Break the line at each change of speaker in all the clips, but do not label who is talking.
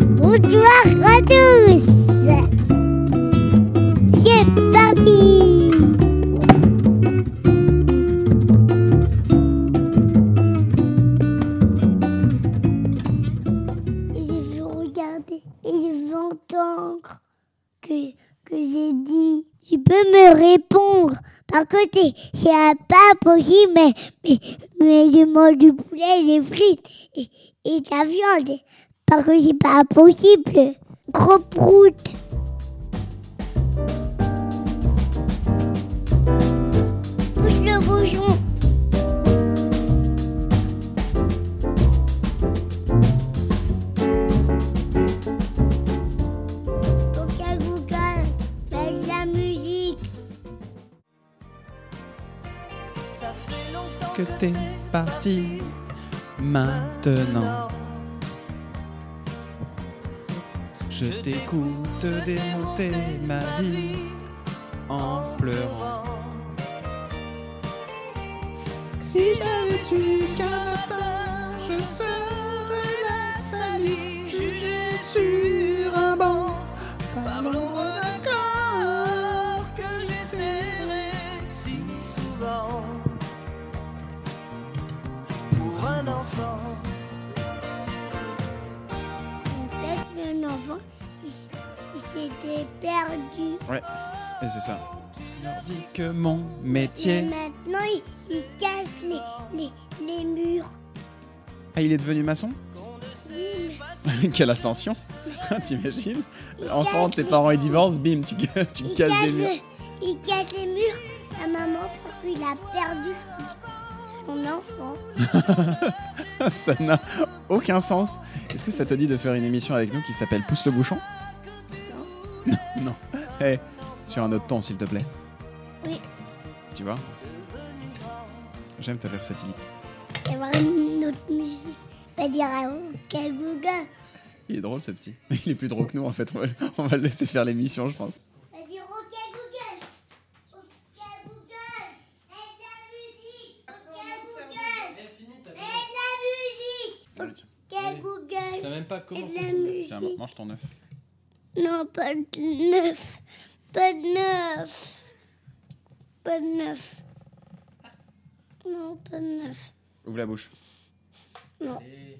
Bonsoir à tous. C'est parti. Et je veux regarder et je veux entendre que, que j'ai dit. Tu peux me répondre. Par contre, c'est- c'est pas possible, mais, mais, mais je mange du poulet, des frites et, et de la viande. Par contre, c'est pas possible. Gros prout. Pousse le bouchon. Vocal, vocal, fais de la musique.
que t'es parti maintenant. Je t'écoute démonter ma vie en pleurant. Si j'avais su qu'un matin je serais la salie, jugée sur un banc par l'ombre d'un corps que j'ai serré si souvent.
pour un enfant.
En fait, le enfant, il, s- il s'était perdu.
Ouais, et c'est ça. Leur dit que mon métier.
Et maintenant, il, il casse les, les, les murs.
Ah, il est devenu maçon
Oui,
Quelle ascension Ah, T'imagines Enfant, tes parents ils divorcent, bim, tu, ca- tu
mais il,
casses
casse
des murs.
le- il casse les murs à maman parce qu'il a perdu son, son enfant.
ça n'a aucun sens. Est-ce que ça te dit de faire une émission avec nous qui s'appelle Pousse le bouchon Non. non. Eh, sur un autre ton, s'il te plaît.
Oui.
Tu vois J'aime ta versatilité.
Il y avoir une autre musique. On va dire à quel Google.
Il est drôle ce petit. Il est plus drôle que nous en fait. On va, on va le laisser faire l'émission, je pense.
On va dire OK Google. OK Google. Aide la musique. OK Google. Aide la
Allez, tiens.
musique. OK Google.
T'as même pas
Aide
commencé.
la musique.
Tiens, mange ton œuf.
Non, pas de neuf. Pas de neuf. Pas de neuf. Non, pas de neuf.
Ouvre la bouche.
Non.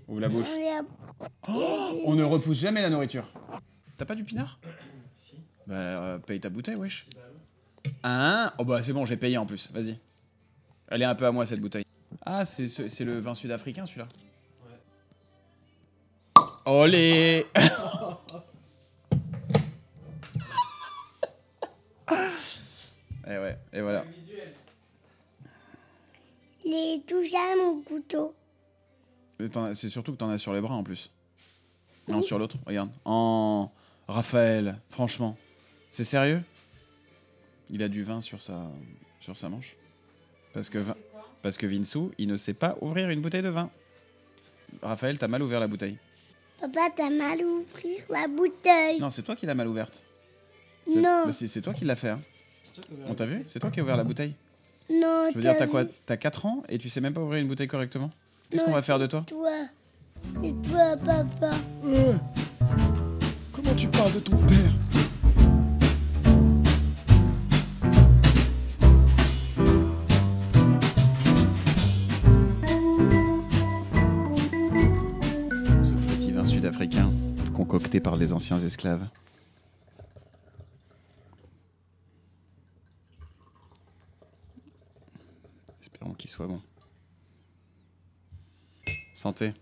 Ouvre la bouche.
On est à-
On ne repousse jamais la nourriture. T'as pas du pinard Bah, euh, paye ta bouteille, wesh. Hein Oh bah c'est bon, j'ai payé en plus, vas-y. Elle est un peu à moi cette bouteille. Ah, c'est ce- c'est le vin sud-africain celui-là Olé Et Eh ouais, et voilà.
Il est tout à mon couteau.
Mais t'en as- C'est surtout que t'en as sur les bras en plus. Non, sur l'autre, regarde. En Raphaël, franchement. C'est sérieux Il a du vin sur sa, sur sa manche. Parce que, vin- parce que Vinsou, il ne sait pas ouvrir une bouteille de vin. Raphaël, t'as mal ouvert la bouteille.
Papa, t'as mal ouvert la bouteille.
Non, c'est toi qui l'as mal ouverte. C'est-
Non,
bah, c'est c'est toi qui l'as fait. hein. On t'a vu C'est toi qui as ouvert la bouteille.
non.
Je veux dire, t'as
vu
quoi T'as 4 ans et tu sais même pas ouvrir une bouteille correctement Qu'est-ce
Non,
qu'on va faire de toi
Toi. Et toi, papa.
Comment tu parles de ton père Ce petit vin sud-africain concocté par les anciens esclaves. Espérons qu'il soit bon. Santé.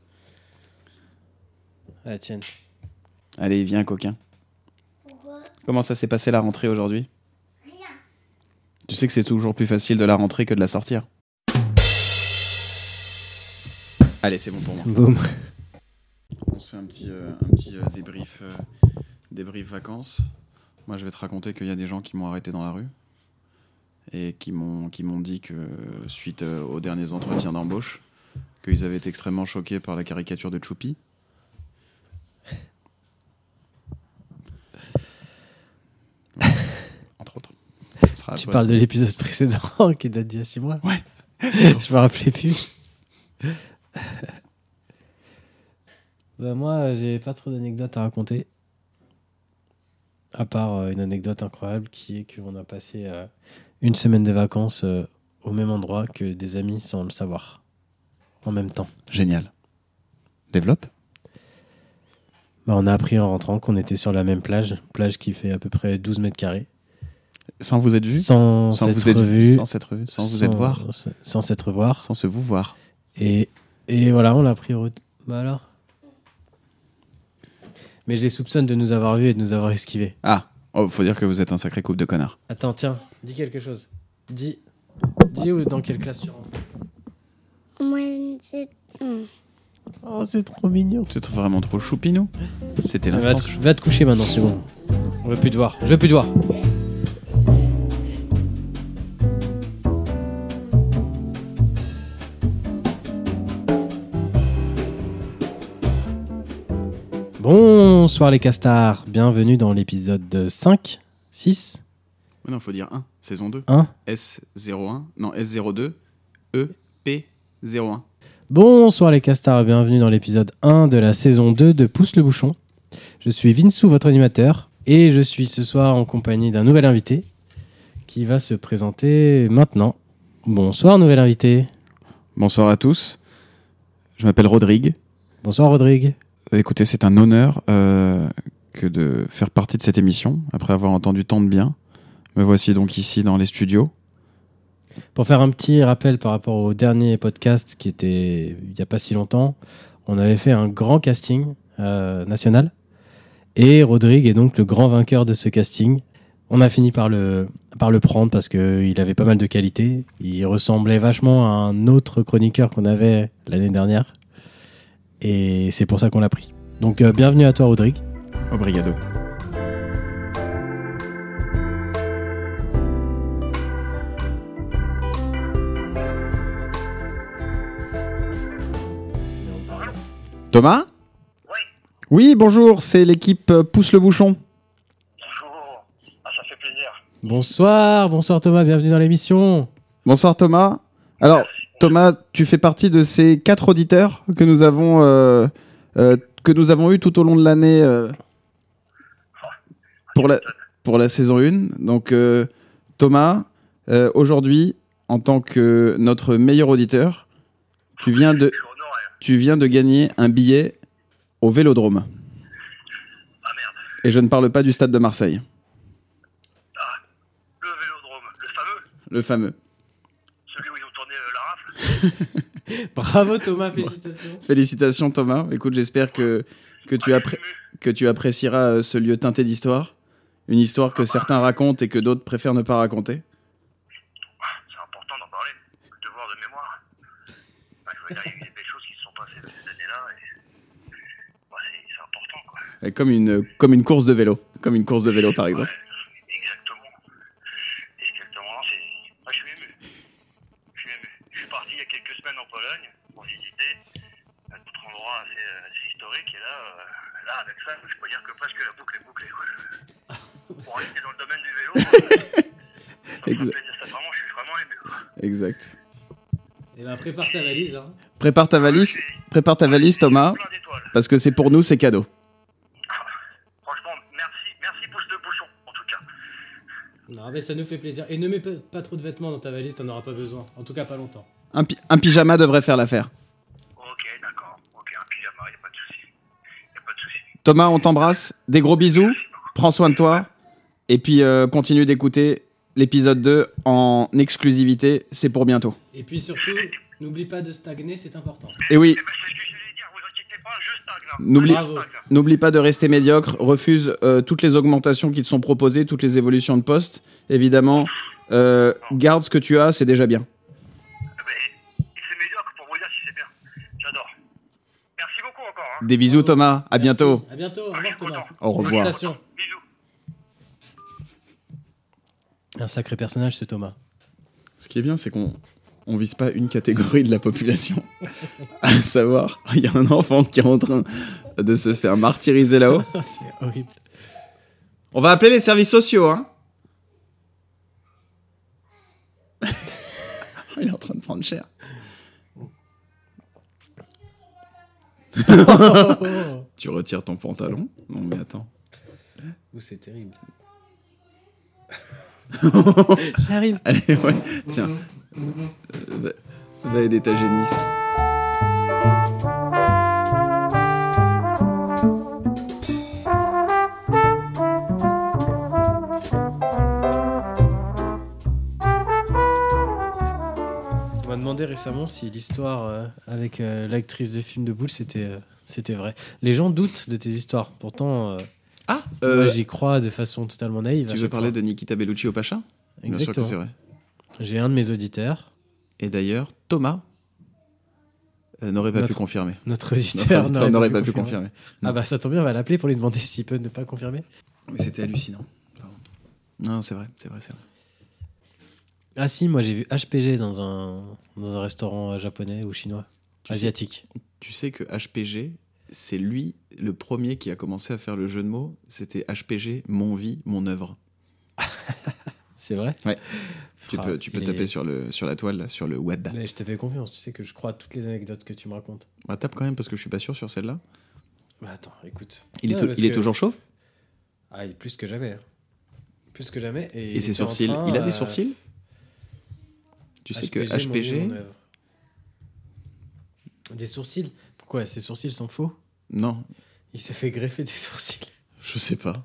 Ah, tiens.
Allez, viens, coquin.
Pourquoi
Comment ça s'est passé la rentrée aujourd'hui
Rien.
Tu sais que c'est toujours plus facile de la rentrer que de la sortir. Allez, c'est bon pour moi.
Boum.
On se fait un petit, euh, un petit euh, débrief, euh, débrief vacances. Moi, je vais te raconter qu'il y a des gens qui m'ont arrêté dans la rue et qui m'ont qui m'ont dit que, suite euh, aux derniers entretiens d'embauche, qu'ils avaient été extrêmement choqués par la caricature de Choupi. Ouais. Entre autres. Ce sera
Tu
après.
parles de l'épisode précédent qui date d'il y a 6 mois
Ah, Ouais.
Je me rappelais plus. Bah, moi, j'ai pas trop d'anecdotes à raconter. À part euh, une anecdote incroyable qui est qu'on a passé euh, une semaine de vacances euh, au même endroit que des amis sans le savoir. En même temps.
Génial. Développe.
Bah, on a appris en rentrant qu'on était sur la même plage, plage qui fait à peu près 12 mètres carrés.
Sans vous être vu
Sans,
sans
s'être
vous être
revus,
vu, sans s'être vu, sans vous être voir,
Sans, sans s'être voir.
sans se vous voir.
Et, et voilà, on l'a pris au ret- Bah alors Mais je les soupçonne de nous avoir vus et de nous avoir esquivés.
Ah, oh, faut dire que vous êtes un sacré couple de connards.
Attends, tiens, dis quelque chose. Dis, dis où, dans quelle classe tu rentres.
Au moins, c'est... Hmm.
Oh, c'est trop mignon.
C'est vraiment trop choupinou. C'était
Va
l'instant.
te, va te coucher maintenant, c'est bon. On veut plus te voir. Je veux plus te voir. Bonsoir les castars, bienvenue dans l'épisode 5, 6,
Ouais, Oh non, faut dire 1, saison 2.
1.
S01, non, S02, E EP01.
Bonsoir les castars et bienvenue dans l'épisode 1 de la saison 2 de Pousse le bouchon. Je suis Vinsou, votre animateur, et je suis ce soir en compagnie d'un nouvel invité qui va se présenter maintenant. Bonsoir nouvel invité.
Bonsoir à tous. Je m'appelle Rodrigue.
Bonsoir Rodrigue.
Écoutez, c'est un honneur euh, que de faire partie de cette émission, après avoir entendu tant de bien. Me voici donc ici dans les studios.
Pour faire un petit rappel par rapport au dernier podcast qui était il n'y a pas si longtemps, on avait fait un grand casting euh, national. Et Rodrigue est donc le grand vainqueur de ce casting. On a fini par le, par le prendre parce qu'il avait pas mal de qualités. Il ressemblait vachement à un autre chroniqueur qu'on avait l'année dernière. Et c'est pour ça qu'on l'a pris. Donc euh, bienvenue à toi Rodrigue.
Obrigado. Thomas
Oui.
Oui, bonjour, c'est l'équipe euh, Pousse le bouchon.
Bonjour. Ah, ça fait plaisir.
Bonsoir, bonsoir Thomas, bienvenue dans l'émission.
Bonsoir Thomas. Alors Thomas, tu fais partie de ces quatre auditeurs que nous avons euh, euh, que nous avons eu tout au long de l'année euh,
Ah,
pour la pour la saison 1. Donc euh, Thomas, euh, aujourd'hui en tant que notre meilleur auditeur, tu viens de
Ah, Je suis hein. honoré.
tu viens de gagner un billet au Vélodrome.
Ah,
Et je ne parle pas du stade de Marseille,
Le vélodrome, le fameux,
le fameux.
celui où ils ont tourné euh, la rafle.
Bravo Thomas, félicitations.
Félicitations Thomas. Écoute, j'espère que que tu
Ah,
appré-
je suis ému.
que tu apprécieras euh, ce lieu teinté d'histoire. Une histoire que certains racontent et que d'autres préfèrent ne pas raconter.
Ah, C'est important d'en parler. Le devoir de mémoire. Ah, je veux dire, il y a eu des belles choses qui se sont passées dans ces années-là. Et... bah, c'est c'est important, quoi.
Euh, Comme une, comme une course de vélo. Comme une course de vélo, par exemple.
Ouais, exactement. Exactement, non, c'est. Ah, je suis ému. Je suis ému. Je suis parti il y a quelques semaines en Pologne pour visiter un autre endroit assez, euh, assez historique. Et là, euh, là, avec ça, je peux dire que presque la boucle est bouclée. quoi. Pour rester dans le domaine du vélo, ça me fait
Exact.
plaisir. Ça, vraiment, je suis vraiment ému. quoi.
Exact.
Et ben prépare ta valise. Hein.
Prépare ta valise, prépare ta valise, Thomas,
Plein d'étoiles.
parce que c'est pour nous, c'est cadeau.
Franchement, merci. Merci, pouce de bouchon, en tout cas.
Non, mais ça nous fait plaisir. Et ne mets pas, pas trop de vêtements dans ta valise, t'en auras pas besoin. En tout cas, pas longtemps.
Un, pi- un pyjama devrait faire l'affaire.
Ok, d'accord. Ok, un pyjama, il a pas de souci. Il a pas de souci.
Thomas, on t'embrasse. Des gros bisous. Prends soin de toi. Et puis, euh, continue d'écouter l'épisode 2 en exclusivité. C'est pour bientôt.
Et puis surtout, n'oublie pas de stagner, c'est important.
Et oui,
Eh ben, c'est ce que je voulais dire, vous inquiétez pas, je stagne hein. là.
N'oublie-
Je stagne, là.
N'oublie pas de rester médiocre, refuse euh, toutes les augmentations qui te sont proposées, toutes les évolutions de poste. Évidemment, euh, garde ce que tu as, c'est déjà bien.
Ah ben, C'est médiocre pour vous dire si c'est bien. J'adore. Merci beaucoup encore. Hein.
Des bisous Thomas, à
Merci.
bientôt.
À bientôt, au
Je suis
revoir Thomas.
content.
Au revoir.
Félicitations.
Bisous.
Un sacré personnage ce Thomas.
Ce qui est bien, c'est qu'on on vise pas une catégorie de la population, à savoir, il y a un enfant qui est en train de se faire martyriser là-haut.
Oh, c'est horrible.
On va appeler les services sociaux, hein Il est en train de prendre cher. Tu retires ton pantalon Non, mais attends.
c'est terrible. J'arrive.
Allez, ouais, tiens. Euh, va- va aider ta génisse.
On m'a demandé récemment si l'histoire euh, avec euh, l'actrice de film de boule, c'était euh, c'était vrai. Les gens doutent de tes histoires. Pourtant, euh,
Ah
moi, j'y crois de façon totalement naïve. à
Tu veux
chaque
parler
fois.
de Nikita Bellucci au Pacha Bien sûr que
Exactement.
c'est vrai.
J'ai un de mes auditeurs,
Et d'ailleurs, Thomas euh, n'aurait pas
Notre-
pu confirmer.
notre
Notre
auditeur,
auditeur n'aurait pas pu confirmer.
Ah bah ça tombe bien, on va l'appeler pour lui demander s'il peut ne pas confirmer.
Mais c'était hallucinant. Pardon. Non, c'est vrai, c'est vrai, c'est vrai.
Ah si, moi j'ai vu HPG dans un, dans un restaurant euh, japonais ou chinois,
Tu sais-
asiatique.
Tu sais que HPG, c'est lui le premier qui a commencé à faire le jeu de mots. C'était HPG, mon vie, mon œuvre.
C'est vrai
Ouais. Tu
Fra,
peux, tu peux
Ah, il est-
taper sur, le, sur la toile, là, sur le web.
Mais je te fais confiance, tu sais que je crois à toutes les anecdotes que tu me racontes.
Bah, tape quand même parce que je suis pas sûr sur celle-là.
Bah attends, écoute.
Il, est,
Ouais,
tou-
parce
il est
que-
toujours chauve
Ah, il est plus que jamais. hein. Plus que jamais. Et, il
et ses
était en
sourcils.
train,
il a
euh,
des sourcils Tu sais que
mon
HPG.
nom, mon œuvre. Des sourcils Pourquoi Ses sourcils sont faux
Non,
Il s'est fait greffer des sourcils.
je sais pas.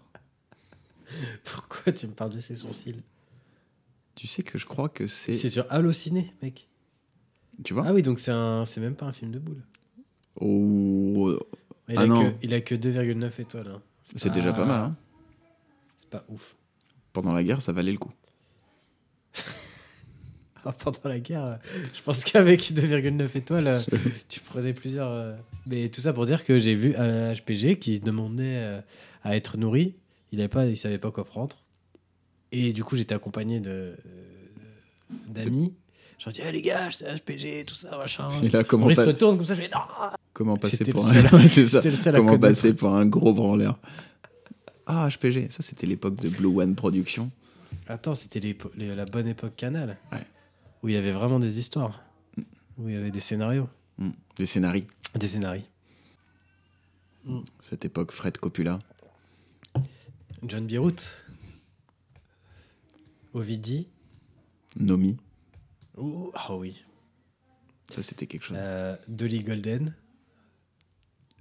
Pourquoi tu me parles de ses sourcils
Tu sais que je crois que c'est.
C'est sur Allociné, mec.
Tu vois
Ah oui, donc c'est un... c'est même pas un film de boule.
Oh,
Il,
Ah
a,
non.
que, il a que 2,9 étoiles. hein.
C'est déjà pas mal. hein.
C'est pas ouf.
Pendant la guerre, ça valait le coup.
Ah, Pendant la guerre, euh, je pense qu'avec 2,9 étoiles, euh, tu prenais plusieurs. euh, Mais tout ça pour dire que j'ai vu euh, un HPG qui demandait euh, à être nourri. Il avait pas, il savait pas quoi prendre. Et du coup, j'étais accompagné de euh, d'amis. Je leur dis, Eh, les gars, c'est HPG, tout ça, machin.
Et là, comment,
Maurice
pa-
se retourne comme ça, je fais non.
comment passer
J'étais
pour
le
un...
seul à-
Ouais, c'est ça.
J'étais le seul à
Comment
connaître.
passer pour un gros branleur Ah, HPG. Ça, c'était l'époque de Blue One Productions.
Attends, c'était l'épo- les- la bonne époque Canal.
Ouais. Mm.
Où il y avait vraiment des histoires. Où il y avait des scénarios.
Hmm, Les scénarii.
Des scénarios.
Cette époque, Fred Coppola.
John Birut. Ovidi.
Nomi.
Ouh, Ah oui.
Ça, c'était quelque chose.
Euh, Dolly Golden.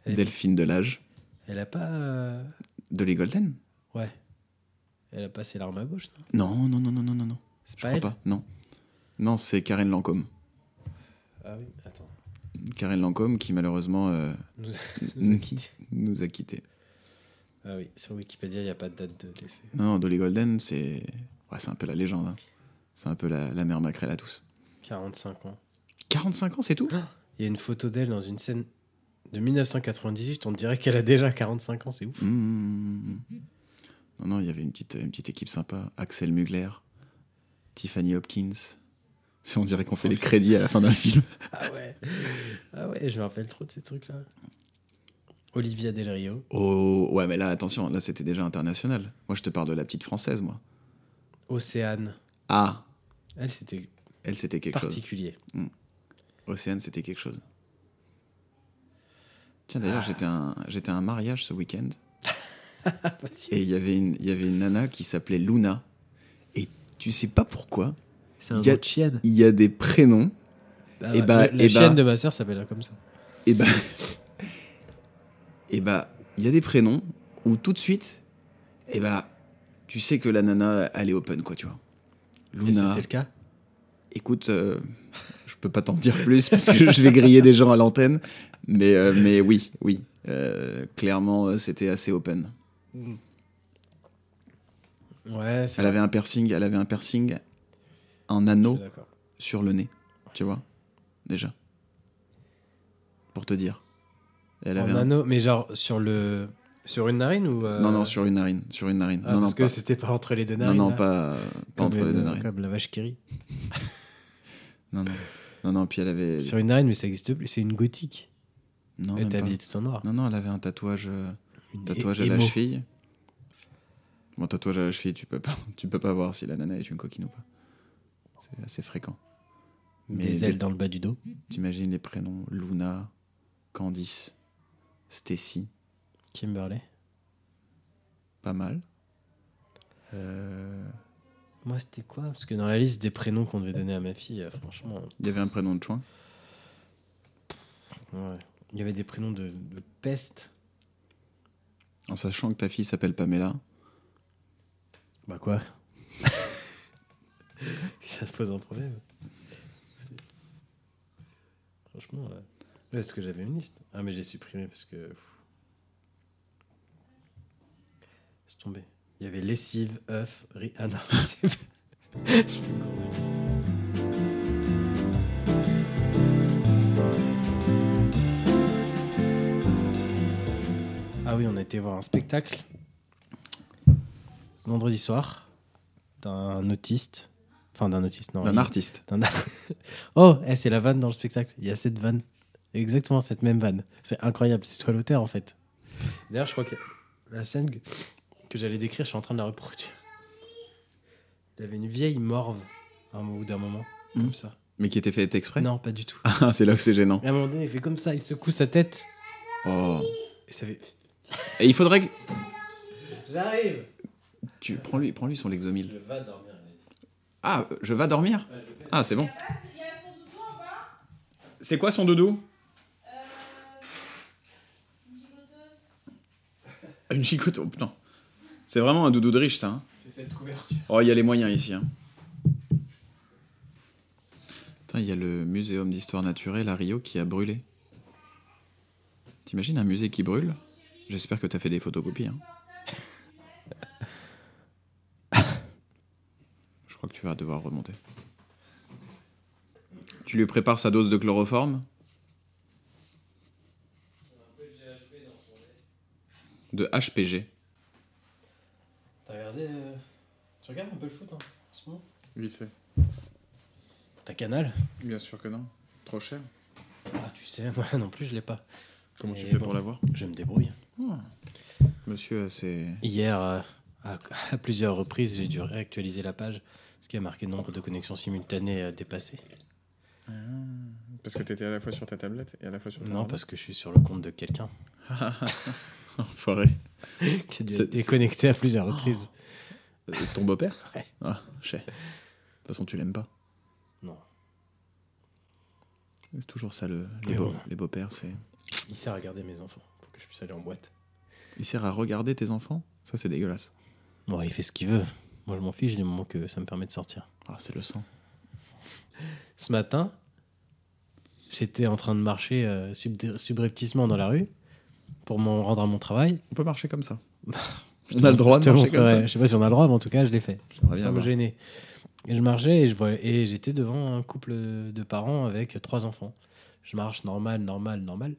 elle-
Delphine de l'âge.
Elle a pas. euh,
Dolly Golden
Ouais. Elle a passé l'arme à gauche, non
Non, non, non, non, non, non, non.
C'est
Je crois pas. Non. Non, c'est Karen Lancôme.
Ah oui, attends.
Karen Lancôme qui, malheureusement, euh,
Nous, nous a
Mm.
quittés.
nous a quittés.
Ah oui, sur Wikipédia, il n'y a pas de date de décès.
Non, Dolly Golden, c'est ouais, c'est un peu la légende. hein. C'est un peu la, la mère Macrel à tous.
45 ans.
45 ans, c'est tout
Il y a une photo d'elle dans une scène de 1998. On dirait qu'elle a déjà 45 ans, c'est ouf.
Mmh. Non, non, il y avait une petite, une petite équipe sympa. Axel Mugler, Tiffany Hopkins. Si on dirait qu'on fait les crédits à la fin d'un film.
Ah ouais. Ah ouais, je me rappelle trop de ces trucs-là. Olivia Del Rio.
Oh, ouais, mais là, attention, là, c'était déjà international. Moi, je te parle de la petite française, moi.
Océane.
Ah,
Elle, c'était
elle, c'était quelque chose.
particulier.
Océane, c'était quelque chose. Tiens, d'ailleurs, j'étais à un- j'étais à un mariage ce week-end. Et il y avait une, il y avait une nana qui s'appelait Luna. Et tu sais pas pourquoi,
C'est un
Il y a-
nom de chienne.
il y a des prénoms.
Bah,
Et
ouais,
bah-
la la
et bah-
chienne de ma sœur s'appelle comme ça.
Et bah, et bah, il y a des prénoms où tout de suite, et bah, tu sais que la nana, elle est open, quoi, tu vois.
Et
Luna,
c'était le cas.
écoute, euh, je peux pas t'en dire plus parce que je vais griller des gens à l'antenne. Mais, euh, mais oui, oui. euh, clairement, euh, c'était assez open.
Ouais, c'est
Elle avait un piercing, elle avait un piercing en anneau
D'accord.
sur le nez, tu vois, déjà. Pour te dire. Elle
En
avait un-
anneau, mais genre sur le sur une narine ou euh,
Non, non, sur une narine, sur une narine.
ah,
non, non,
parce que
pas...
c'était pas entre les deux
non,
narines.
non,
là.
pas, pas
hein. Comme
entre les
une- euh,
deux narines.
Comme la vache qui rit.
Non, non, non, non, puis elle avait...
Sur une narine, mais ça existe plus. C'est une gothique.
Non,
Elle
même
était
pas.
habillée tout en noir.
non, non, elle avait un tatouage, euh,
Une
tatouage
é-
à la
émo.
cheville. Bon, tatouage à la cheville, tu peux pas, tu peux pas voir si la nana est une coquine ou pas. C'est assez fréquent. Mais
Des
des-
ailes dans le bas du dos.
T'imagines les prénoms Luna, Candice, Stacy,
Kimberley.
pas mal. Euh,
Moi, c'était quoi Parce que dans la liste des prénoms qu'on devait donner à ma fille, euh, franchement,
Il y avait un prénom de choix.
ouais. il y avait des prénoms de, de peste.
En sachant que ta fille s'appelle Pamela,
Bah quoi Ça se pose un problème. C'est- Franchement, ouais. Ouais, est-ce que j'avais une liste Ah, mais j'ai supprimé parce que. pff. C'est tombé. Il y avait lessive, œuf, riz. Ah non, c'est pas- Je fais une grande liste. Ah oui, on a été voir un spectacle vendredi soir d'un autiste. Enfin, d'un autiste, non.
d'un
il-
artiste.
d'un ar- oh, eh, c'est la vanne dans le spectacle. Il y a cette vanne. Exactement cette même vanne. C'est incroyable. C'est toi l'auteur, en fait. D'ailleurs, je crois que la scène que, que j'allais décrire, je suis en train de la reproduire. Il avait une vieille morve à un moment- au bout d'un moment. Comme
Mhm.
ça.
Mais qui était fait exprès
Non, pas du tout.
Ah, c'est là où c'est gênant.
Et à un moment donné, il fait comme ça. Il secoue sa tête.
Oh.
Et ça fait.
Et il faudrait que.
J'arrive
Tu prends-lui prends lui son Lexomil.
Je vais dormir.
Ah, je vais dormir Ah, c'est bon. C'est quoi son doudou Euh, Une chicote, oh putain. C'est vraiment un doudou de riche, ça. hein.
C'est cette couverture.
Oh, il y a les moyens ici. hein. Putain, il y a le Muséum d'histoire naturelle à Rio qui a brûlé. T'imagines un musée qui brûle J'espère que t'as fait des photocopies. hein. Je crois que tu vas devoir remonter. Tu lui prépares sa dose de chloroforme De HPG.
T'as regardé. euh, Tu regardes un peu le foot hein, en ce moment
Vite fait.
T'as canal
Bien sûr que non. Trop cher.
Ah, tu sais, moi non plus, je l'ai pas.
Comment tu
Et
fais
bon.
pour l'avoir
Je me débrouille. hein.
Monsieur, c'est.
Hier, euh, à, à plusieurs reprises, j'ai dû réactualiser la page, ce qui a marqué nombre de connexions simultanées euh, dépassées.
Parce que t'étais à la fois sur ta tablette et à la fois sur
Non, parce que je suis sur le compte de quelqu'un
Enfoiré.
qui a dû
C'est-
être
c'est-
déconnecté à plusieurs
Oh.
reprises.
Euh, Ton beau-père
Ouais.
Ah, je sais. De toute façon, tu l'aimes pas.
Non.
C'est toujours ça, le,
Et
les, beaux,
voilà.
les beaux-pères. C'est...
Il sait regarder mes enfants pour que je puisse aller en boîte.
Il sert à regarder tes enfants Ça, c'est dégueulasse.
Bon, il fait ce qu'il veut. Moi, je m'en fiche du moment que ça me permet de sortir.
Ah, c'est le sang.
Ce matin, j'étais en train de marcher euh, subd- subrepticement dans la rue pour m'en rendre à mon travail.
On peut marcher comme ça. on a le droit
Je
de
te
marcher comme
montrerai.
ça.
Je sais pas si on a le droit, mais en tout cas, je l'ai fait.
J'aimerais bien
Ça me
voir.
gênait. Et je marchais et je voyais- et j'étais devant un couple de parents avec trois enfants. Je marche normal, normal, normal.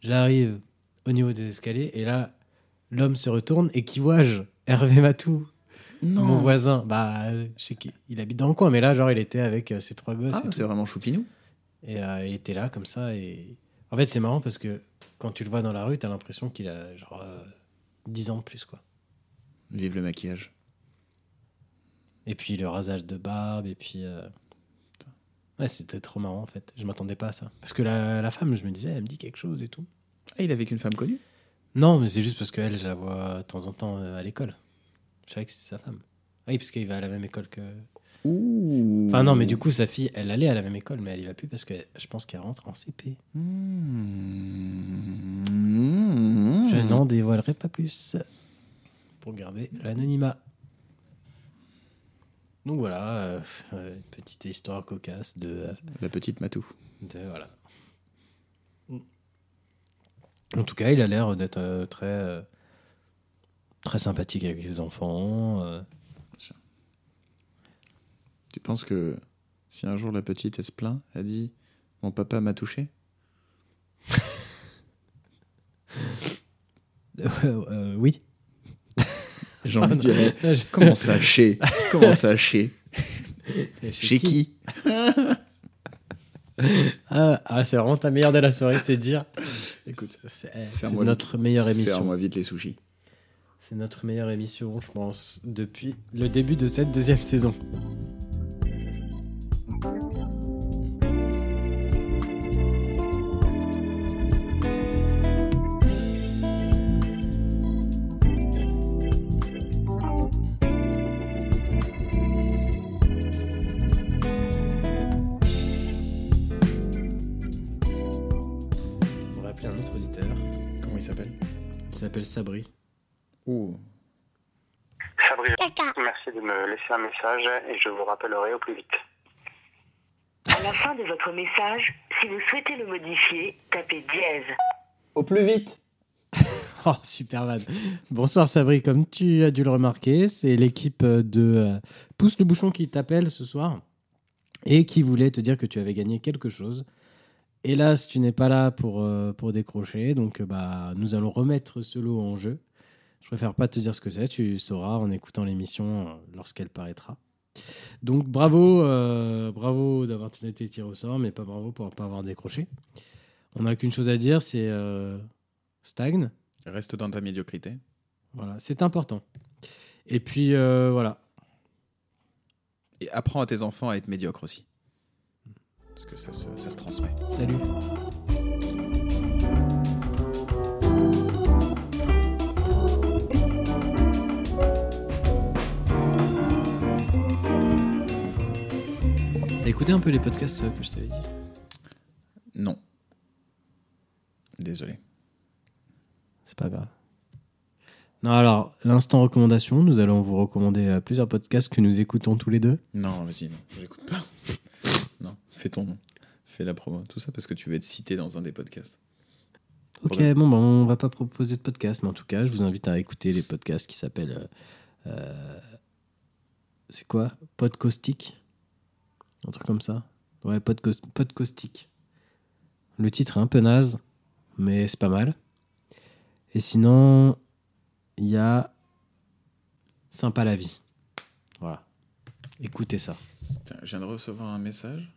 J'arrive au niveau des escaliers et là, l'homme se retourne et qui vois-je Hervé Matou,
Non.
mon voisin. Bah, je sais qu'il il habite dans le coin, mais là, genre, il était avec euh, ses trois gosses.
Ah,
et
c'est vraiment choupinou.
et euh, il était là comme ça. Et en fait, c'est marrant parce que quand tu le vois dans la rue, t'as l'impression qu'il a genre euh, 10 ans de plus, quoi.
Vive le maquillage.
Et puis le rasage de barbe, et puis. euh, Ouais, c'était trop marrant en fait. Je m'attendais pas à ça. Parce que la, la femme, je me disais, elle me dit quelque chose et tout.
Ah, il est avec une femme connue
Non, mais c'est juste parce qu'elle, je la vois de temps en temps euh, à l'école. Je savais que c'était sa femme. Ah Oui, parce qu'il va à la même école que.
Ouh.
Enfin, non, mais du coup, sa fille, elle allait à la même école, mais elle y va plus parce que je pense qu'elle rentre en CP.
Mmh. Mmh.
Je n'en dévoilerai pas plus pour garder l'anonymat. Donc voilà, euh, euh, une petite histoire cocasse de, euh,
La petite Matou.
de- euh, voilà. Mm. En tout cas, il a l'air d'être euh, très euh, très sympathique avec ses enfants. euh.
Tu penses que si un jour la petite elle se plaint, elle dit mon papa m'a touché
Euh, oui.
J'ai
Ah,
envie
non.
de dire
Je-
comment ça chez Comment ça chez
Chez
Chez qui
Ah, ah, c'est vraiment ta meilleure de la soirée, c'est dire.
Écoute,
c'est eh, c'est
serre-moi
notre meilleure émission.
Serre-moi vite les sushis.
C'est notre meilleure émission, je pense, depuis le début de cette deuxième saison.
Comment il s'appelle
Il s'appelle Sabri.
Oh.
Sabri,
Caca.
merci de me laisser un message et je vous rappellerai au plus vite.
À la fin de votre message, si vous souhaitez le modifier, tapez dièse.
Au plus vite
Oh, super van. Bonsoir Sabri, comme tu as dû le remarquer, c'est l'équipe euh, de euh, Pousse le bouchon qui t'appelle ce soir et qui voulait te dire que tu avais gagné quelque chose. Hélas, tu n'es pas là pour, euh, pour décrocher, donc euh, bah, nous allons remettre ce lot en jeu. Je préfère pas te dire ce que c'est, tu sauras en écoutant l'émission euh, lorsqu'elle paraîtra. Donc bravo, euh, bravo d'avoir été tiré au sort, mais pas bravo pour pas avoir décroché. On n'a qu'une chose à dire, c'est euh, stagne.
Reste dans ta médiocrité.
Voilà, c'est important. Et puis euh, voilà,
Et apprends à tes enfants à être médiocres aussi. Parce que ça se, ça se transmet.
salut. T'as écouté un peu les podcasts euh, que je t'avais dit
Non. Désolé.
C'est pas grave. Non, alors, l'instant recommandation, nous allons vous recommander euh, plusieurs podcasts que nous écoutons tous les deux.
Non, vas-y, non, j'écoute pas. non, fais ton nom. Fais la promo. Tout ça parce que tu veux être cité dans un des podcasts.
Ok,
Problème.
bon, ben, on va pas proposer de podcast, mais en tout cas, je vous invite à écouter les podcasts qui s'appellent. euh, euh, c'est quoi Podcaustique Un truc comme ça Ouais, Podcaus- Podcaustique. Le titre est un peu naze, mais c'est pas mal. Et sinon, il y a Sympa la vie. Voilà. Écoutez ça.
Putain, je viens de recevoir un message.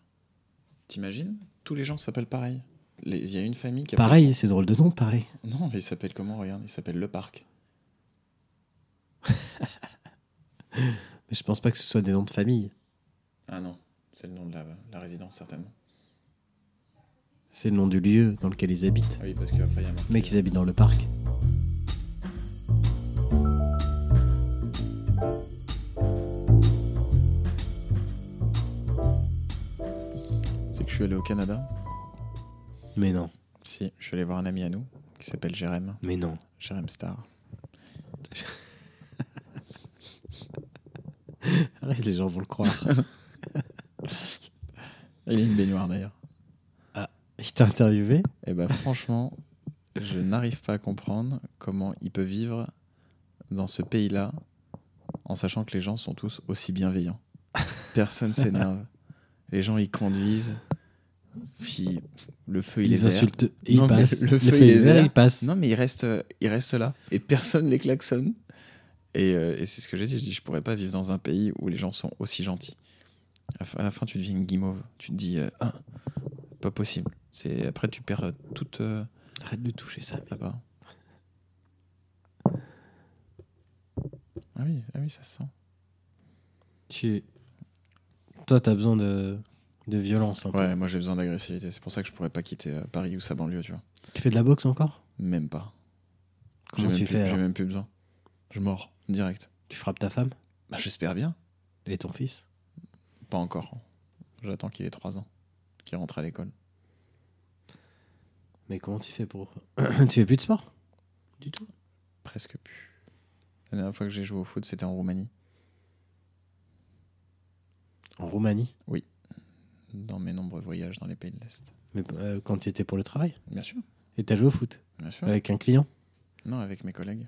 T'imagines Tous les gens s'appellent pareil. Les- Il y a une famille qui a-
Pareil, c'est drôle de nom, pareil.
Non, mais ils s'appellent comment Regarde, ils s'appellent Le Parc.
Mais je pense pas que ce soit des noms de famille.
Ah non, c'est le nom de la, la résidence, certainement.
C'est le nom du lieu dans lequel ils habitent.
Ah oui, parce qu'après, il y a marqué-
Mais qu'ils habitent dans le parc.
C'est que je suis allé au Canada.
Mais non,
Si, je suis allé voir un ami à nous qui s'appelle Jérém.
mais non.
Jérém Star.
Arrête, les gens vont le croire.
Il a une baignoire d'ailleurs.
Il t'a interviewé
Et bah franchement, je n'arrive pas à comprendre comment il peut vivre dans ce pays-là en sachant que les gens sont tous aussi bienveillants. Personne s'énerve. Les gens ils conduisent. Puis, le feu il
Ils
est vert.
insultent et ils
Non, mais
passent.
le- le feu, il est vert.
ils passent.
Non mais il reste, euh, il reste là et personne les klaxonne. Et, euh, et c'est ce que j'ai dit. Je dis je pourrais pas vivre dans un pays où les gens sont aussi gentils. À la fin- à la fin tu deviens une guimauve. Tu te dis euh, Ah, pas possible. C'est après tu perds euh, toute euh,
Arrête de toucher ça.
ah bah. Ah oui, ah oui, ça se sent.
Tu... Toi, t'as besoin de... de violence. un peu.
Ouais, moi j'ai besoin d'agressivité. C'est pour ça que je pourrais pas quitter euh, Paris ou sa banlieue, tu vois.
Tu fais de la boxe encore
Même pas. J'ai
Comment
même,
tu
plus-
fais
j'ai
alors
même plus besoin. Je mords direct.
Tu frappes ta femme
Bah, j'espère bien.
et ton fils
Pas encore. J'attends qu'il ait 3 ans, qu'il rentre à l'école.
Mais comment tu fais pour. tu fais plus de sport Du tout.
Presque plus. La dernière fois que j'ai joué au foot, c'était en Roumanie,
En Roumanie
dans mes nombreux voyages dans les pays de l'Est.
Mais euh, quand tu étais pour le travail
Bien sûr,
Et t'as joué au foot
bien sûr.
Avec un client
Non, avec mes collègues,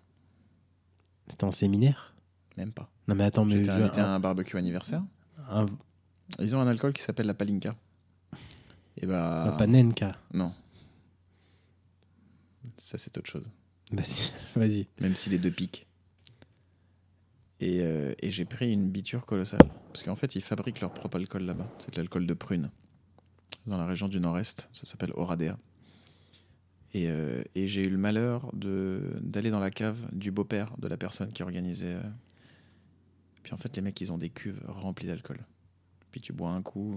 C'était en séminaire
même pas. ah.
Non, mais attends, mais.
J'étais
je-
invité à un barbecue anniversaire.
un- un-
Ils ont un alcool qui s'appelle la palinka. Et bah.
un panenka.
Non. Ça, c'est autre chose.
Vas-y. Vas-y.
Même si les deux piquent. Et, euh, et j'ai pris une biture colossale. Parce qu'en fait, ils fabriquent leur propre alcool là-bas. C'est de l'alcool de prune. Dans la région du Nord-Est. Ça s'appelle Oradea. Et, euh, et j'ai eu le malheur de- d'aller dans la cave du beau-père de la personne qui organisait. euh. Puis en fait, les mecs, ils ont des cuves remplies d'alcool. Puis tu bois un coup,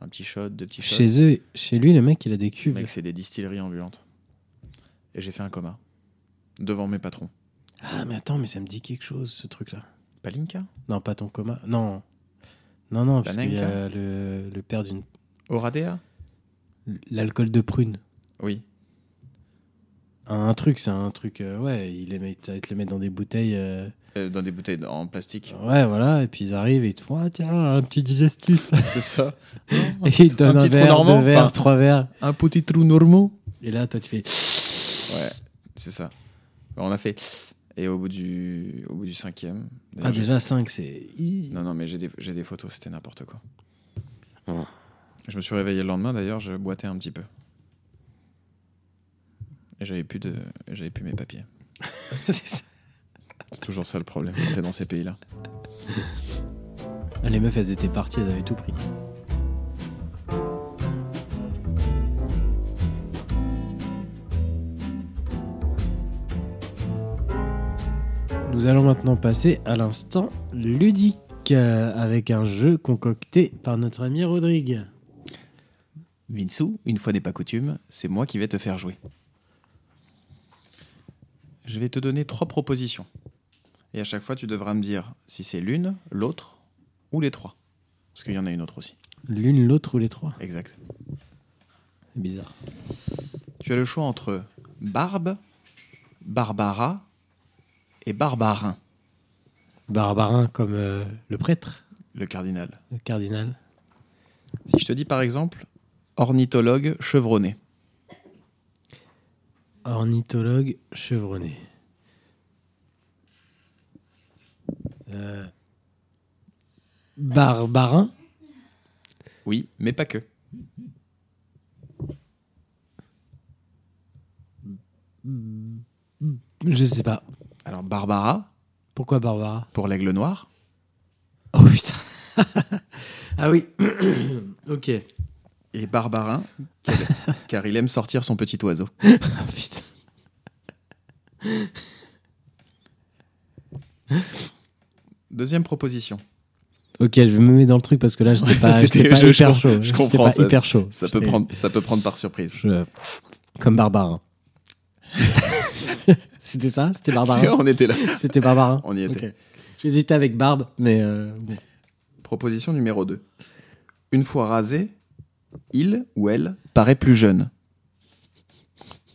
un petit shot, deux petits shots.
Chez eux, chez lui, le mec, il a des cuves.
Mec, c'est des distilleries ambulantes. Et j'ai fait un coma. Devant mes patrons.
Ah, mais attends, mais ça me dit quelque chose, ce truc-là.
Palinka
Non, pas ton coma. Non. Non, non, parce qu'il y a
Bananka
le, le père d'une.
Oradea
L'alcool de prune.
Oui.
un truc, c'est un truc. euh, ouais, ils, les mettent, ils te les mettent dans des bouteilles. euh,
Euh, Dans des bouteilles en plastique.
ouais, voilà. Et puis ils arrivent et ils te font Ah, tiens, un petit digestif.
C'est ça.
et ils te donnent un,
petit trou
verre,
normand,
deux verres,
enfin.
trois verres.
Un petit trou normand.
Et là, toi, tu fais
Ouais, c'est ça. On a fait. Et au bout du, au bout du cinquième.
Ah,
d'ailleurs, j'ai-
déjà 5, c'est.
Non, non, mais j'ai des, j'ai des photos, c'était n'importe quoi. Ah.
Ouais.
Je me suis réveillé le lendemain, d'ailleurs, je boitais un petit peu. Et j'avais plus, de, j'avais plus mes papiers.
c'est ça.
C'est toujours ça le problème quand t'es dans ces pays-là.
Les meufs, elles étaient parties, elles avaient tout pris. Nous allons maintenant passer à l'instant ludique euh, avec un jeu concocté par notre ami Rodrigue.
Vinsou, une fois n'est pas coutume, c'est moi qui vais te faire jouer. Je vais te donner trois propositions. Et à chaque fois, tu devras me dire si c'est l'une, l'autre ou les trois. Parce qu'il y en a une autre aussi.
L'une, l'autre ou les trois
Exact.
C'est bizarre.
Tu as le choix entre Barbe, Barbara et Barbarin,
Barbarin comme euh, le prêtre,
le cardinal.
le cardinal.
Si je te dis par exemple ornithologue chevronné,
Ornithologue chevronné. Euh, barbarin
oui, mais pas que.
Je sais pas.
Alors Barbara
Pourquoi Barbara
pour l'aigle noir,
Oh putain Oh, Ah oui Ok.
et Barbarin car il aime sortir son petit oiseau.
Ah, putain.
Deuxième proposition.
Ok, je me mets dans le truc parce que là, j'étais pas,
c'était-
Bah, j'étais pas
je- je
hyper
com-
chaud.
je
J'étais
comprends
pas
ça,
hyper chaud.
Ça peut
J'étais-
prendre, ça peut prendre par surprise.
je- Comme Barbarin. C'était ça C'était Barbarin
On était là.
C'était Barbarin
On y était.
Ok. J'hésitais avec Barbe, mais euh, bon.
Proposition numéro 2. Une fois rasé, il ou elle paraît plus jeune.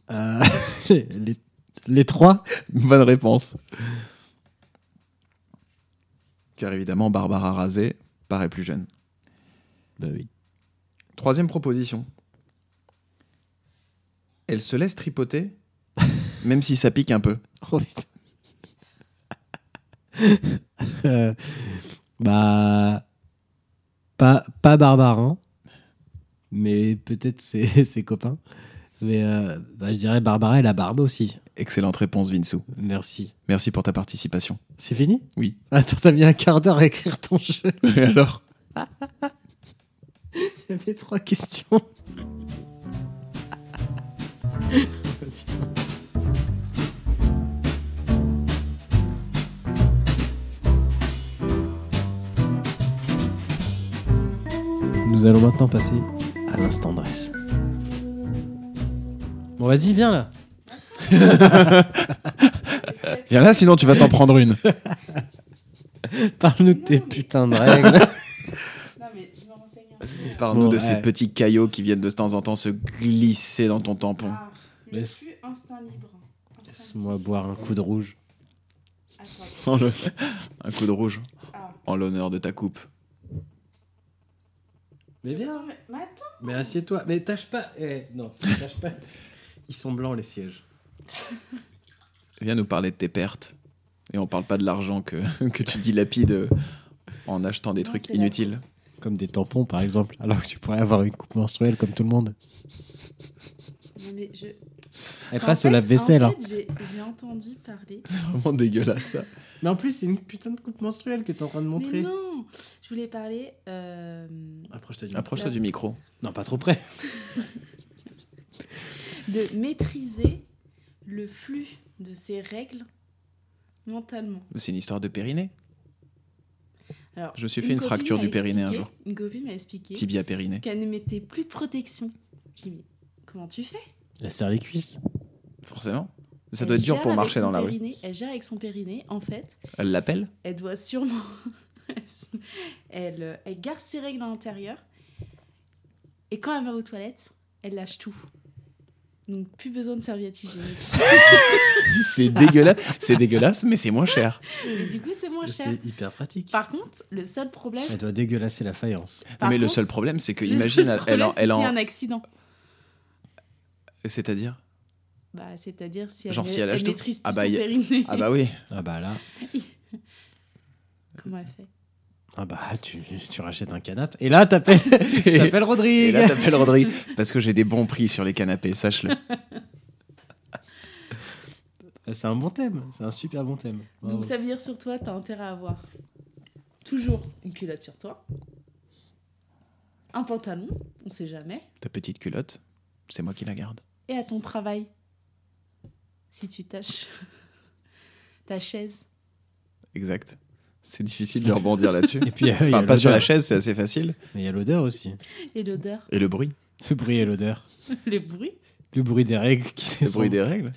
Euh, les, les trois
Bonne réponse. Car évidemment, Barbara rasée paraît plus jeune.
Bah oui.
Troisième proposition. Elle se laisse tripoter, même si ça pique un peu.
Oh putain. Euh, bah. Pas, pas Barbarin, mais peut-être ses, ses copains. Mais euh, bah, je dirais Barbara et la barbe aussi.
Excellente réponse, Vinsou.
Merci.
Merci pour ta participation.
C'est fini
Oui.
Attends, t'as mis un quart d'heure à écrire ton jeu.
Et alors
Il y avait trois questions. Nous allons maintenant passer à l'instant dresse. Bon, vas-y, viens là.
Viens là, sinon tu vas t'en prendre une.
Parle-nous de tes putains de règles.
Non, mais je me renseigne un peu.
Parle-nous
Bon,
de
ouais.
ces petits caillots qui viennent de temps en temps se glisser dans ton tampon.
Ah, le
Laisse-
cul instinct libre. Instinct
Laisse-moi boire un coup de rouge.
Attends.
En le- Un coup de rouge
Ah.
en l'honneur de ta coupe.
Mais
Sur- Mais attends,
Mais assieds-toi, mais tâche pas. eh, non, tâche pas. Ils sont blancs les sièges.
Viens nous parler de tes pertes. Et on parle pas de l'argent que, que tu dilapides euh, en achetant des
Non,
trucs
c'est la-
inutiles.
Comme des tampons par exemple, alors que tu pourrais avoir une coupe menstruelle comme tout le monde.
Non, mais je.
Elle
Parce qu'en
passe au
fait-
lave-vaisselle.
En
hein.
fait, j'ai- j'ai entendu parler.
Vraiment dégueulasse ça.
Mais en plus, c'est une putain de coupe menstruelle que t'es en train de
Mais non Je voulais parler. euh,
Approche-toi du
Approche-toi du micro.
Non, pas trop près.
de maîtriser le flux de ces règles mentalement.
C'est une histoire de périnée.
Alors,
Je me suis fait une
copine
fracture
m'a
du périnée un
expliqué-
jour.
Une copine m'a expliqué
Tibia périnée.
qu'elle ne mettait plus de protection. Je dis, mais comment tu fais
Elle serre les cuisses.
Forcément. Ça
Elle
doit être dur
gère
pour
avec
marcher
son
dans la rue.
périnée- Elle gère avec son périnée, en fait.
Elle l'appelle
elle doit sûrement. elle, euh, elle garde ses règles à l'intérieur. Et quand elle va aux toilettes, elle lâche tout. Donc plus besoin de serviettes hygiéniques.
c'est dégueulasse, c'est dégueulasse, mais c'est moins cher.
Et du coup, c'est moins cher.
C'est hyper pratique.
Par contre, le seul problème.
Elle doit dégueulasser la faïence.
par
mais le
contre,
seul problème, c'est que
le
imagine,
seul
elle,
problème,
en,
c'est
elle
s'il y a
en,
un accident.
c'est-à-dire
Bah, c'est-à-dire si elle,
Genre, si elle
elle
lâche tout.
maîtrise plus
Ah bah,
son
y a-
périnée.
Ah bah oui.
Ah bah là,
Comment elle fait
ah bah tu, tu rachètes un canapé. Et là, t'appelles, t'appelles
Et
Rodrigue.
là, t'appelles Rodrigue parce que j'ai des bons prix sur les canapés, sache-le.
Ah, C'est un bon thème. C'est un super bon thème.
Bah
Bravo.
Donc ça veut dire sur toi, t'as intérêt à avoir toujours une culotte sur toi, un pantalon, on sait jamais,
Ta petite culotte, c'est moi qui la garde.
et à ton travail, si tu tâches ta chaise.
Exact. C'est difficile de rebondir là-dessus.
Et puis, euh, il y a
Enfin, pas sur la
l'odeur.
chaise, c'est assez facile.
Mais il y a l'odeur aussi.
Et l'odeur,
Et le bruit,
Le bruit et l'odeur.
les bruits.
Le bruit des règles qui
le
descendent.
bruit des règles.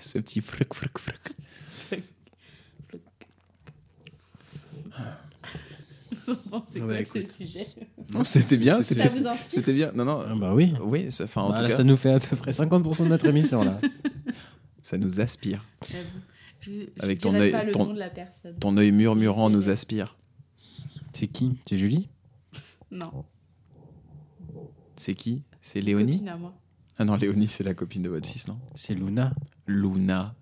Ce petit flouc, flouc, flouc.
Vous en pensez
Ouais,
quoi de
écoute.
ce sujet
Non, c'était bien,
Ça
c'était,
vous inspire
c'était bien. Non,
Ah
non,
bah oui.
oui, ça, enfin, en
Bah
tout
là,
cas,
ça
ça...
nous fait à peu près 50% de notre émission là.
nous aspire.
J'avoue. Je ne
Avec
Avec
ton
ton
œil-
pas le
ton-
nom de la personne.
Ton œil murmurant nous aspire.
C'est qui C'est Julie
Non,
C'est qui C'est
Léonie
Léonie
à moi.
Ah non, Léonie, c'est la copine de votre fils, non
C'est Luna.
Luna.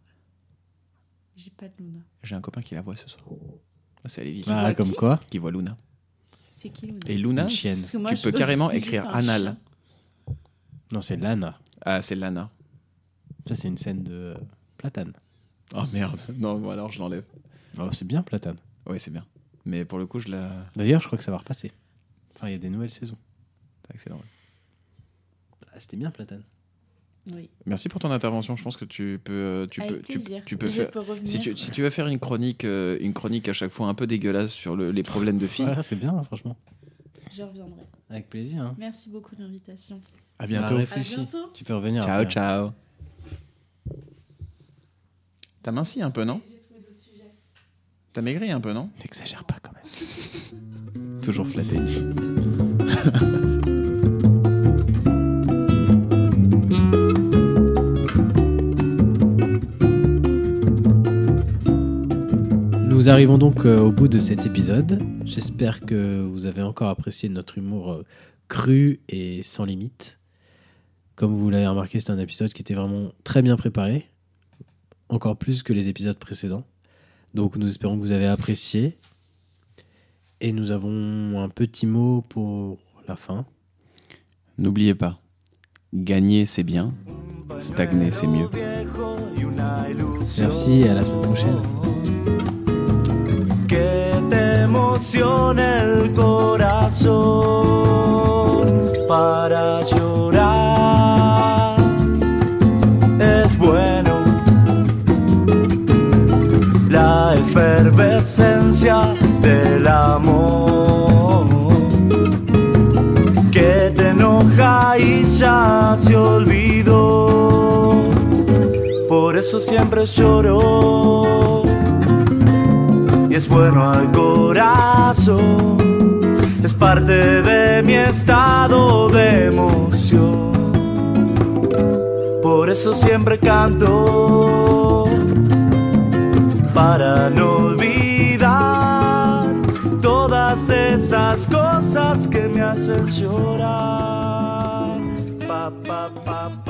J'ai pas de Luna.
J'ai un copain qui la voit ce soir. Ah, C'est allé vite.
Ah,
voit
comme
qui
quoi
Qui voit Luna.
C'est qui Luna
Et Luna,
Une chienne.
Parce que moi,
tu
je-
peux carrément
je dis
écrire
c'est un
anal.
chien.
Non, c'est Lana.
Ah, c'est Lana.
Ça, c'est une scène de euh, Platane.
Oh merde. Non, bon, alors je l'enlève.
Oh, c'est bien Platane.
Oui, c'est bien. Mais pour le coup, je la.
D'ailleurs, je crois que ça va repasser. Enfin, il y a des nouvelles saisons.
C'est excellent.
Ah, c'était bien Platane.
Oui.
Merci pour ton intervention. Je pense que tu peux, euh, tu
Avec
peux, tu,
plaisir.
tu peux
Je
faire.
peux revenir.
Si tu, si tu veux faire une chronique, euh, une chronique à chaque fois un peu dégueulasse sur le- les problèmes de filles.
Ouais, c'est bien, hein, franchement.
Je reviendrai.
Avec plaisir. hein.
Merci beaucoup de l'invitation.
À
Ah,
bientôt.
réfléchis.
À bientôt.
Tu peux revenir.
Ciao,
après.
ciao.
hein.
T'as minci un peu, non T'as maigri un peu, non
N'exagère pas quand même.
Toujours flatté.
Nous arrivons donc euh, au bout de cet épisode. J'espère que vous avez encore apprécié notre humour euh, cru et sans limite. Comme vous l'avez remarqué, c'est un épisode qui était vraiment très bien préparé, encore plus que les épisodes précédents. Donc nous espérons que vous avez apprécié. Et nous avons un petit mot pour la fin.
N'oubliez pas, gagner c'est bien, stagner c'est mieux.
Merci et à la semaine prochaine.
que te emociona el corazón para llorar. Es bueno la efervescencia del amor que te enoja y ya se olvidó. Por eso siempre lloró y es bueno al corazón. Es parte de mi estado de emoción. Por eso siempre canto para no olvidar todas esas cosas que me hacen llorar. Pa, pa, pa, pa.